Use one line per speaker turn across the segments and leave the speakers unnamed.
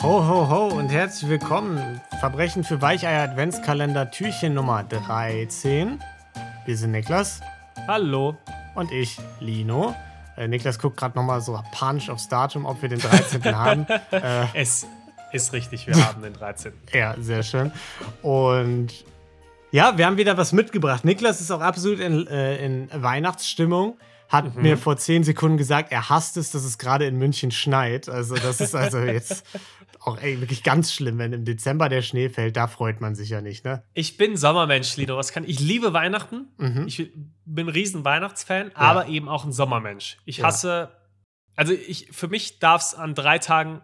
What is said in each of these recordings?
Ho, ho, ho und herzlich willkommen. Verbrechen für Weicheier Adventskalender Türchen Nummer 13. Wir sind Niklas
Hallo.
und ich, Lino. Äh, Niklas guckt gerade nochmal so panisch aufs Datum, ob wir den 13. haben.
Es ist richtig, wir haben den 13.
Ja, sehr schön. Und ja, wir haben wieder was mitgebracht. Niklas ist auch absolut in, äh, in Weihnachtsstimmung. Hat
Mhm.
mir vor zehn Sekunden gesagt, er hasst es, dass es gerade in München schneit. Also, das ist also jetzt auch ey, wirklich ganz schlimm, wenn im Dezember der Schnee fällt. Da freut man sich ja nicht, ne?
Ich bin Sommermensch, Lino. Was kann ich liebe Weihnachten.
Mhm.
Ich bin ein riesen Weihnachtsfan, aber eben auch ein Sommermensch. Ich
Ja.
hasse, also ich, für mich darf es an drei Tagen,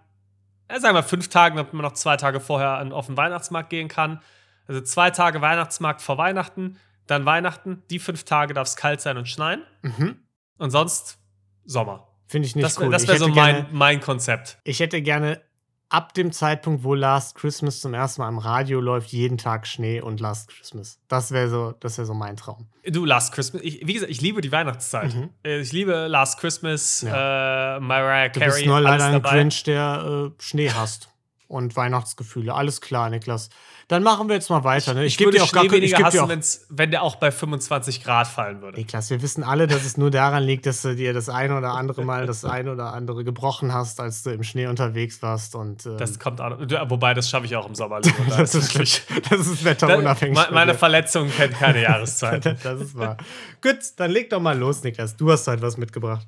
äh, sagen wir fünf Tagen, damit man noch zwei Tage vorher an auf den Weihnachtsmarkt gehen kann. Also zwei Tage Weihnachtsmarkt vor Weihnachten, dann Weihnachten. Die fünf Tage darf es kalt sein und schneien.
Mhm.
Und sonst Sommer.
Finde ich nicht
Das wäre
cool.
das
Ich
wär so
hätte
mein,
gerne-
mein Konzept.
Ich hätte gerne ab dem Zeitpunkt, wo Last Christmas zum ersten Mal im Radio läuft, jeden Tag Schnee und Last Christmas. Das wäre so, das wäre so mein Traum.
Du, Last Christmas. Ich, wie gesagt, ich liebe die Weihnachtszeit.
Mhm.
Äh, Ich liebe Last Christmas, äh, Mariah
Du
Carey.
bist nur
alles
leider ein
dabei.
Grinch, der äh, Schnee hasst und Weihnachtsgefühle. Alles klar, Niklas. Dann machen wir jetzt mal weiter. Ne?
Ich, würde auch Schnee
kein- geb
weniger
dir
hassen,
auch-
wenn's, wenn der auch bei 25 Grad fallen würde.
Niklas, wir wissen alle, dass es nur daran liegt, dass du dir das eine oder andere Mal das eine oder andere gebrochen hast, als du im Schnee unterwegs warst. Und ähm,
Das kommt auch noch. Du, Wobei, das schaffe ich auch im Sommer. Leo, da
das, ist,
wirklich-
das ist
da,
wetterunabhängig.
me-
bei
meine
dir.
Verletzungen kennen keine Jahreszeit.
das ist wahr. Gut, dann leg doch mal los, Niklas. Du hast heute was mitgebracht.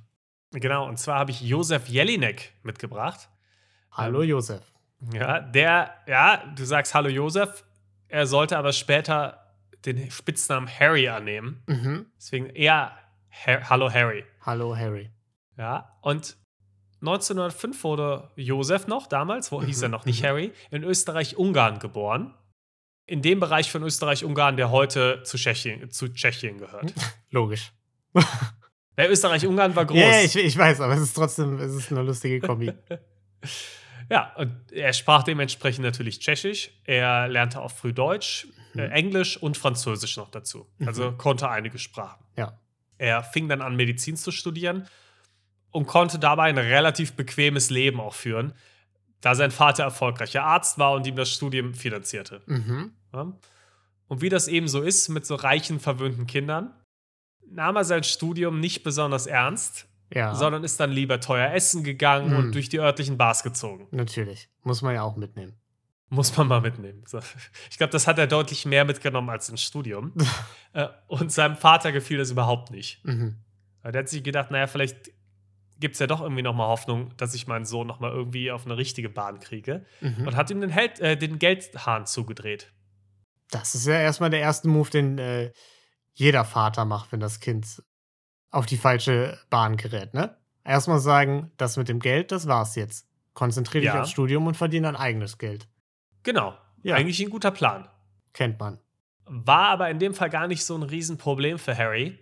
genau, und zwar habe ich Josef Jelinek mitgebracht.
Hallo,
Ähm.
Josef.
Ja, der, ja, du sagst Hallo Josef. Er sollte aber später den Spitznamen Harry annehmen.
Mhm.
Deswegen eher Har Hallo Harry.
Hallo, Harry.
Ja, und 1905 wurde Josef noch, damals, wo hieß er noch
Mhm.
nicht Harry, in Österreich-Ungarn geboren. In dem Bereich von Österreich-Ungarn, der heute zu Tschechien, zu Tschechien gehört.
Logisch.
Der Österreich-Ungarn war groß.
Ja, ja, ich, ich weiß, aber es ist trotzdem es ist eine lustige Kombi.
Ja, und er sprach dementsprechend natürlich Tschechisch. Er lernte auch früh Deutsch,
Mhm.
äh, Englisch und Französisch noch dazu. Also konnte einige Sprachen.
Ja.
Er fing dann an, Medizin zu studieren und konnte dabei ein relativ bequemes Leben auch führen, da sein Vater erfolgreicher Arzt war und ihm das Studium finanzierte.
Mhm.
Ja. Und wie das eben so ist mit so reichen, verwöhnten Kindern, nahm er sein Studium nicht besonders ernst,
Ja,
sondern ist dann lieber teuer essen gegangen
Mhm.
und durch die örtlichen Bars gezogen.
natürlich. Muss man ja auch mitnehmen.
Muss man mal mitnehmen. So. Ich glaube, das hat er deutlich mehr mitgenommen als im Studium. äh, und seinem Vater gefiel das überhaupt nicht.
Mhm.
Weil Der hat sich gedacht, naja, vielleicht gibt es ja doch irgendwie nochmal Hoffnung, dass ich meinen Sohn nochmal irgendwie auf eine richtige Bahn kriege.
Mhm.
Und hat ihm den, Held, äh, den Geldhahn zugedreht.
Das ist ja erstmal der erste Move, den äh, jeder Vater macht, wenn das Kind auf die falsche Bahn gerät, ne? Erstmal sagen, das mit dem Geld, das war's jetzt. Konzentriere dich
Ja.
aufs Studium und verdiene dein eigenes Geld.
Genau.
Ja.
Eigentlich ein guter Plan.
Kennt man.
War aber in dem Fall gar nicht so ein Riesenproblem für Harry,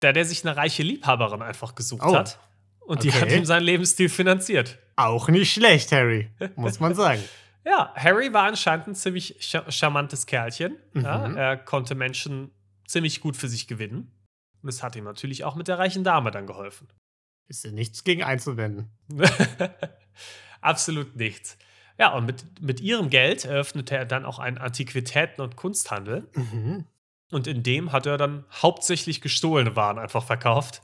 da der sich eine reiche Liebhaberin einfach gesucht
Oh.
hat. Und die
Okay.
hat ihm seinen Lebensstil finanziert.
Auch nicht schlecht, Harry, muss man sagen.
Ja, Harry war anscheinend ein ziemlich scha charmantes Kerlchen. Ja,
Mhm.
er konnte Menschen ziemlich gut für sich gewinnen. Und es hat ihm natürlich auch mit der reichen Dame dann geholfen.
Ist ja nichts gegen einzuwenden.
Absolut nichts. Ja, und mit, mit ihrem Geld eröffnete er dann auch einen Antiquitäten- und Kunsthandel.
Mhm.
Und in dem hat er dann hauptsächlich gestohlene Waren einfach verkauft.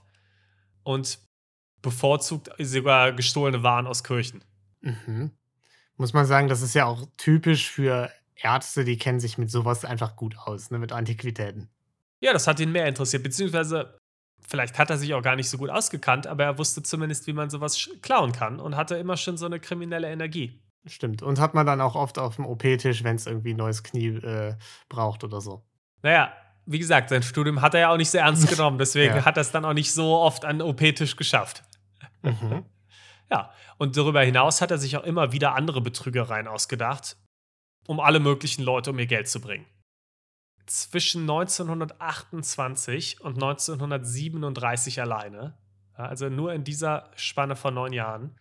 Und bevorzugt sogar gestohlene Waren aus Kirchen.
Mhm. Muss man sagen, das ist ja auch typisch für Ärzte, die kennen sich mit sowas einfach gut aus, ne? mit Antiquitäten.
Ja, das hat ihn mehr interessiert, beziehungsweise vielleicht hat er sich auch gar nicht so gut ausgekannt, aber er wusste zumindest, wie man sowas sch- klauen kann und hatte immer schon so eine kriminelle Energie.
Stimmt. Und hat man dann auch oft auf dem OP-Tisch, wenn es irgendwie ein neues Knie äh, braucht oder so.
Naja, wie gesagt, sein Studium hat er ja auch nicht so ernst genommen, deswegen
Ja.
hat er es dann auch nicht so oft an den OP-Tisch geschafft.
Mhm.
Ja, und darüber hinaus hat er sich auch immer wieder andere Betrügereien ausgedacht, um alle möglichen Leute um ihr Geld zu bringen. Zwischen 1928 und 1937 alleine, ja, also nur in dieser Spanne von neun Jahren,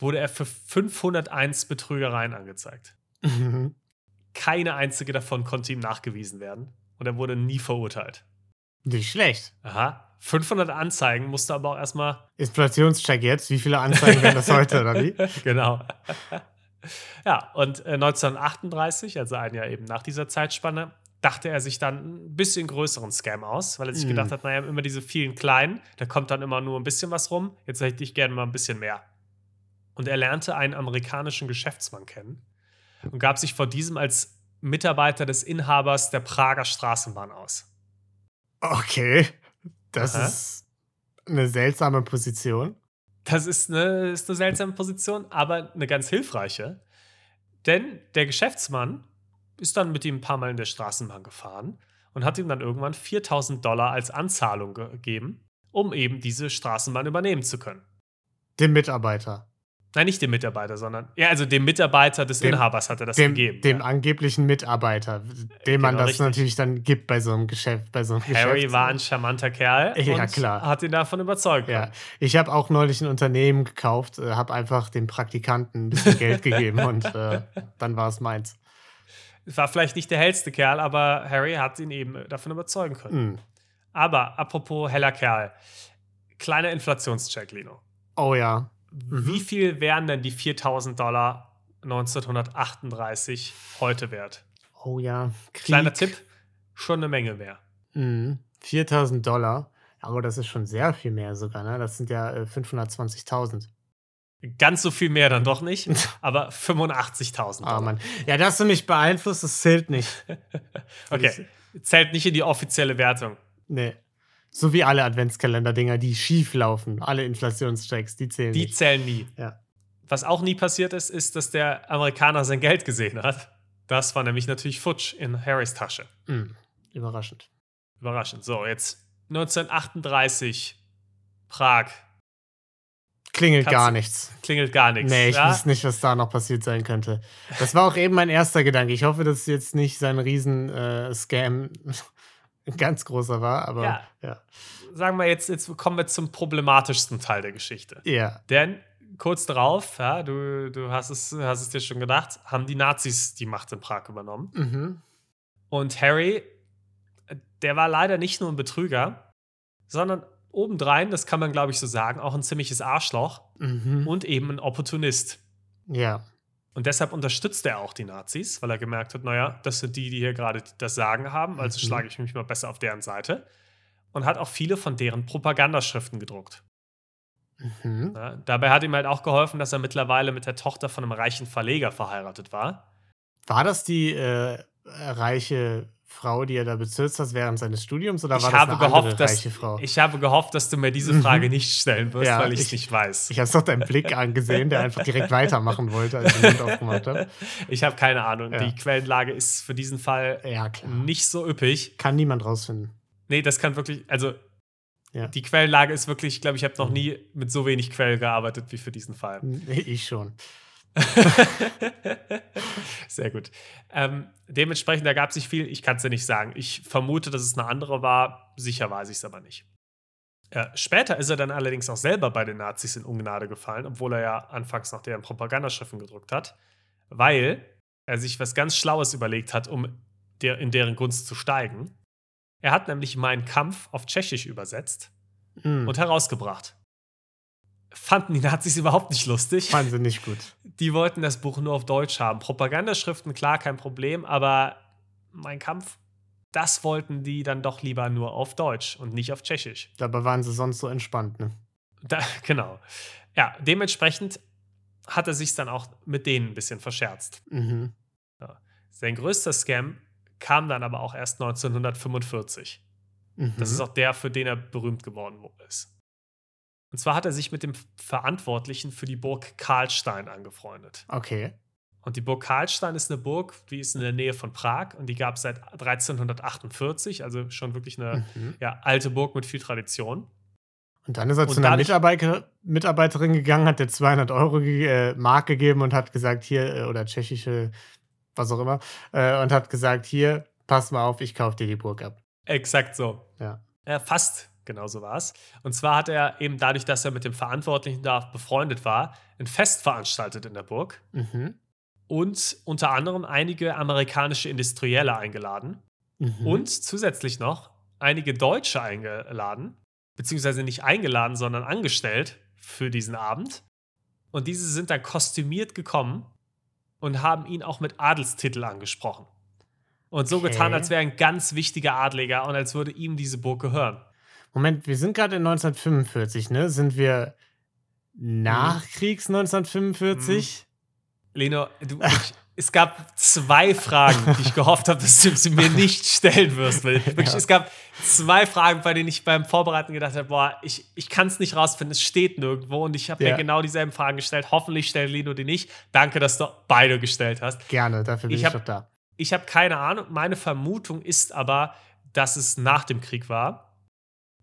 wurde er für 501 Betrügereien angezeigt.
Mhm.
Keine einzige davon konnte ihm nachgewiesen werden und er wurde nie verurteilt.
Nicht schlecht.
Aha, 500 Anzeigen musste aber auch erstmal
Ist Plationscheck jetzt? Wie viele Anzeigen werden das heute, oder wie?
genau. Ja, und äh, 1938, also ein Jahr eben nach dieser Zeitspanne, dachte er sich dann ein bisschen größeren Scam aus, weil er sich
Mhm.
gedacht hat, naja, immer diese vielen kleinen, da kommt dann immer nur ein bisschen was rum, jetzt hätte ich gerne mal ein bisschen mehr. Und er lernte einen amerikanischen Geschäftsmann kennen und gab sich vor diesem als Mitarbeiter des Inhabers der Prager Straßenbahn aus.
Okay. Das
Aha.
ist eine seltsame Position.
Das ist eine, ist eine seltsame Position, aber eine ganz hilfreiche. Denn der Geschäftsmann ist dann mit ihm ein paar Mal in der Straßenbahn gefahren und hat ihm dann irgendwann 4000 Dollar als Anzahlung ge- gegeben, um eben diese Straßenbahn übernehmen zu können.
Dem Mitarbeiter.
Nein, nicht dem Mitarbeiter, sondern, ja, also dem Mitarbeiter des
Dem-
Inhabers hat er das
Dem,
gegeben.
dem
ja.
angeblichen Mitarbeiter, dem man
Genau,
das
richtig.
natürlich dann gibt bei so einem Geschäft. Bei so einem
Harry
Geschäft.
war ein charmanter Kerl
Ja,
und
klar.
hat ihn davon überzeugt.
Ja, ich habe auch neulich ein Unternehmen gekauft, äh, habe einfach dem Praktikanten ein bisschen Geld gegeben und äh, dann war es meins.
War vielleicht nicht der hellste Kerl, aber Harry hat ihn eben davon überzeugen können.
Hm.
Aber apropos heller Kerl, kleiner Inflationscheck, Lino.
Oh ja.
Wie viel wären denn die 4000 Dollar 1938 heute wert?
Oh ja. Krieg.
Kleiner Tipp, schon eine Menge mehr.
Hm. 4000 Dollar. Aber das ist schon sehr viel mehr sogar, ne? Das sind ja äh, 520.000.
Ganz so viel mehr dann doch nicht, aber 85.000
Ah,
Dollar.
Mann. Ja, dass du mich beeinflusst, das zählt nicht.
okay, zählt nicht in die offizielle Wertung.
Nee. So wie alle Adventskalender-Dinger, die schief laufen. Alle Inflationschecks, die zählen
Die
nicht.
zählen nie.
Ja.
Was auch nie passiert ist, ist, dass der Amerikaner sein Geld gesehen hat. Das war nämlich natürlich futsch in Harrys Tasche.
Hm. Überraschend.
Überraschend. So, jetzt 1938, Prag,
Klingelt
Katze-
gar nichts.
klingelt gar nichts.
Nee, ich
ja?
wüsste nicht, was da noch passiert sein könnte. Das war auch eben mein erster Gedanke. Ich hoffe, dass jetzt nicht sein Riesen-Scam ein äh, ganz großer war, aber
Ja.
ja. Ja.
Sagen wir jetzt, jetzt kommen wir zum problematischsten Teil der Geschichte. Denn kurz darauf, ja, du, du hast, es, hast es dir schon gedacht, haben die Nazis die Macht in Prag übernommen.
Mhm.
Und Harry, der war leider nicht nur ein Betrüger, sondern obendrein, das kann man glaube ich so sagen, auch ein ziemliches Arschloch
Mhm.
und eben ein Opportunist.
Ja.
Und deshalb unterstützt er auch die Nazis, weil er gemerkt hat, naja, das sind die, die hier gerade das Sagen haben, also
Mhm.
schlage ich mich mal besser auf deren Seite. Und hat auch viele von deren Propagandaschriften gedruckt.
Mhm.
Ja, dabei hat ihm halt auch geholfen, dass er mittlerweile mit der Tochter von einem reichen Verleger verheiratet war.
War das die äh, reiche Frau, die er da bezirzt hat während seines Studiums, oder
Ich
war das
habe
eine
gehofft,
andere
dass-
reiche Frau?
Ich habe gehofft, dass du mir diese
Mhm.
Frage nicht stellen wirst,
Ja,
weil ich es
ich-
nicht weiß.
Ich habe es doch deinem Blick angesehen, der einfach direkt weitermachen wollte, als ich den Mund aufgemacht habe.
Ich habe keine Ahnung.
Ja.
Die Quellenlage ist für diesen Fall
Ja, klar.
nicht so üppig.
Kann niemand rausfinden.
Nee, das kann wirklich, also
Ja.
die Quellenlage ist wirklich, ich glaube, ich habe noch nie mit so wenig Quellen gearbeitet wie für diesen Fall.
Nee, Ich schon.
Sehr gut. Ähm, dementsprechend ergab sich viel, ich kann es dir nicht sagen. Ich vermute, dass es eine andere war, sicher weiß ich es aber nicht. Äh, später ist er dann allerdings auch selber bei den Nazis in Ungnade gefallen, obwohl er ja anfangs noch deren Propagandaschriften gedruckt hat, weil er sich was ganz Schlaues überlegt hat, um der, in deren Gunst zu steigen. Er hat nämlich meinen Kampf auf Tschechisch übersetzt
Mhm.
und herausgebracht. Fanden die Nazis überhaupt nicht lustig
Fanden sie nicht gut.
die wollten das Buch nur auf Deutsch haben. Propagandaschriften, klar, kein Problem, aber mein Kampf, das wollten die dann doch lieber nur auf Deutsch und nicht auf Tschechisch.
Dabei waren sie sonst so entspannt, ne?
Da, genau. Ja, dementsprechend hat er sich dann auch mit denen ein bisschen verscherzt.
Mhm.
Sein größter Scam kam dann aber auch erst 1945.
Mhm.
Das ist auch der, für den er berühmt geworden wo- ist. Und zwar hat er sich mit dem Verantwortlichen für die Burg Karlstein angefreundet.
Okay.
Und die Burg Karlstein ist eine Burg, die ist in der Nähe von Prag und die gab es seit 1348, also schon wirklich eine
Mhm.
ja, alte Burg mit viel Tradition.
Und dann ist er
Und
zu einer
dadurch-
Mitarbeiter, Mitarbeiterin gegangen, hat der 200 Euro ge äh, Mark gegeben und hat gesagt, hier, äh, oder tschechische, was auch immer, äh, und hat gesagt, hier, pass mal auf, ich kaufe dir die Burg ab.
Exakt so.
Ja.
Ja, fast genauso war es. Und zwar hat er eben dadurch, dass er mit dem Verantwortlichen da befreundet war, ein Fest veranstaltet in der Burg
Mhm.
und unter anderem einige amerikanische Industrielle eingeladen.
Mhm.
und zusätzlich noch einige Deutsche eingeladen, beziehungsweise nicht eingeladen, sondern angestellt für diesen Abend. Und diese sind dann kostümiert gekommen und haben ihn auch mit Adelstitel angesprochen. Und so
Okay.
getan, als wäre er ein ganz wichtiger Adliger und als würde ihm diese Burg gehören.
Moment, wir sind gerade in 1945, ne? Sind wir
Mhm.
Nachkriegs 1945?
Leno, du, ich, es gab zwei Fragen, die ich gehofft habe, dass du sie mir nicht stellen wirst. Will. Wirklich,
Ja.
Es gab zwei Fragen, bei denen ich beim Vorbereiten gedacht habe, boah, ich, ich kann es nicht rausfinden, es steht nirgendwo und ich habe
Ja.
mir genau dieselben Fragen gestellt. Hoffentlich stellt Leno die nicht. Danke, dass du beide gestellt hast.
Gerne, dafür bin
Ich
ich,
hab-
doch da.
Ich habe keine Ahnung. Meine Vermutung ist aber, dass es nach dem Krieg war,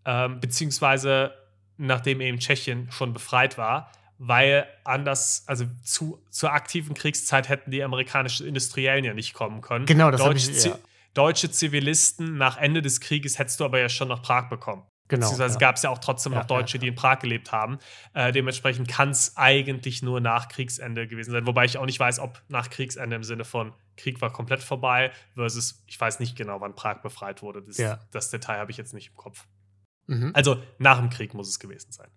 ähm, beziehungsweise nachdem eben Tschechien schon befreit war, weil anders, also zu, zur aktiven Kriegszeit hätten die amerikanischen Industriellen ja nicht kommen können.
Genau, das hab
deutsche,
ich-
Zi-
ja.
deutsche Zivilisten nach Ende des Krieges hättest du aber ja schon nach Prag bekommen.
Genau.
Beziehungsweise
ja.
gab es ja auch trotzdem noch
Ja, ja,
Deutsche, die in Prag gelebt haben. Äh, dementsprechend kann es eigentlich nur nach Kriegsende gewesen sein. Wobei ich auch nicht weiß, ob nach Kriegsende im Sinne von Krieg war komplett vorbei versus ich weiß nicht genau, wann Prag befreit wurde. Das,
Ja.
das Detail habe ich jetzt nicht im Kopf.
mhm.
Also nach dem Krieg muss es gewesen sein.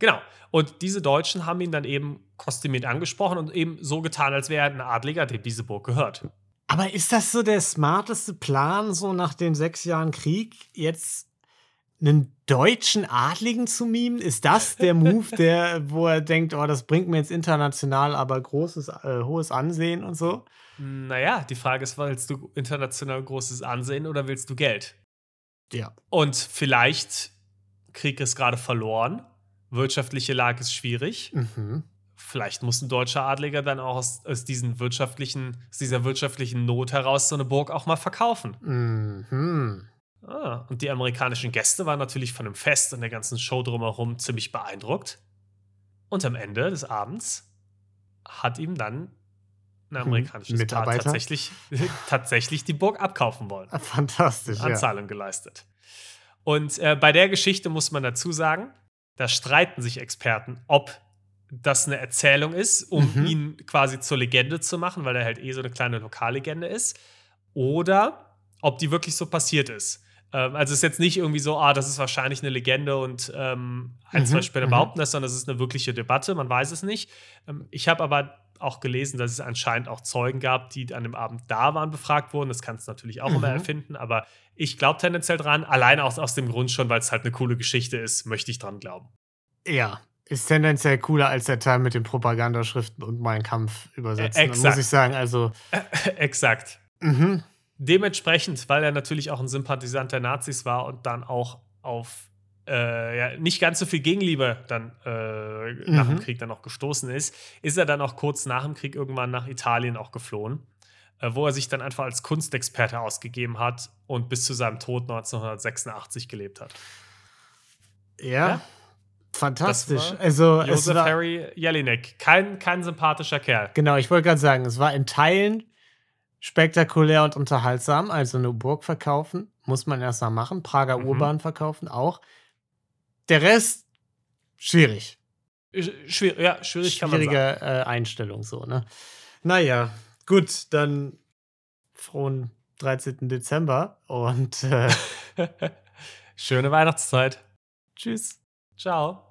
Genau. Und diese Deutschen haben ihn dann eben kostümiert angesprochen und eben so getan, als wäre er ein Adliger, dem diese Burg gehört.
Aber ist das so der smarteste Plan, so nach den sechs Jahren Krieg, jetzt einen deutschen Adligen zu mimen? Ist das der Move, der, wo er denkt, oh, das bringt mir jetzt international aber großes, äh, hohes Ansehen und so?
Naja, die Frage ist, willst du international großes Ansehen oder willst du Geld?
Ja.
Und vielleicht Krieg ist gerade verloren, wirtschaftliche Lage ist schwierig.
Mhm.
Vielleicht muss ein deutscher Adliger dann auch aus, aus, diesen wirtschaftlichen, aus dieser wirtschaftlichen Not heraus so eine Burg auch mal verkaufen.
Mhm.
Ah, und die amerikanischen Gäste waren natürlich von dem Fest und der ganzen Show drumherum ziemlich beeindruckt. Und am Ende des Abends hat ihm dann ein amerikanisches Paar
Mitarbeiter?
tatsächlich, tatsächlich die Burg abkaufen wollen.
Fantastisch. Ja.
Anzahlung geleistet. Und äh, bei der Geschichte muss man dazu sagen, da streiten sich Experten, ob das eine Erzählung ist, um
Mhm.
ihn quasi zur Legende zu machen, weil er halt eh so eine kleine Lokallegende ist, oder ob die wirklich so passiert ist. Ähm, also es ist jetzt nicht irgendwie so, ah, das ist wahrscheinlich eine Legende und ähm, ein,
Mhm,
zwei Spieler
mhm.
behaupten das, sondern es ist eine wirkliche Debatte, man weiß es nicht. Ähm, ich habe aber auch gelesen, dass es anscheinend auch Zeugen gab, die an dem Abend da waren, befragt wurden. Das kannst du natürlich auch immer
Mhm.
erfinden, aber ich glaube tendenziell dran. Allein aus, aus dem Grund schon, weil es halt eine coole Geschichte ist, möchte ich dran glauben.
ja. Ist tendenziell cooler als der Teil mit den Propagandaschriften und meinen Kampf übersetzen.
Äh,
Dann
exakt.
Muss ich sagen, also.
Exakt.
Mhm.
Dementsprechend, weil er natürlich auch ein Sympathisant der Nazis war und dann auch auf äh, ja, nicht ganz so viel Gegenliebe dann äh, nach dem
Mhm.
Krieg dann auch gestoßen ist, ist er dann auch kurz nach dem Krieg irgendwann nach Italien auch geflohen, äh, wo er sich dann einfach als Kunstexperte ausgegeben hat und bis zu seinem Tod 1986 gelebt hat.
Ja.
Ja.
Fantastisch.
Das war
Also, es
Josef
war,
Harry Jelinek, kein, kein sympathischer Kerl.
Genau, ich wollte gerade sagen, es war in Teilen spektakulär und unterhaltsam. Also eine Burg verkaufen, muss man erst mal machen. Prager
Mhm.
Urban verkaufen auch. Der Rest, schwierig.
Schwierig, ja, schwierig kann man sagen.
Schwierige äh, Einstellung so, ne? Naja, gut, dann frohen 13. Dezember und äh,
Schöne Weihnachtszeit.
tschüss.
Ciao.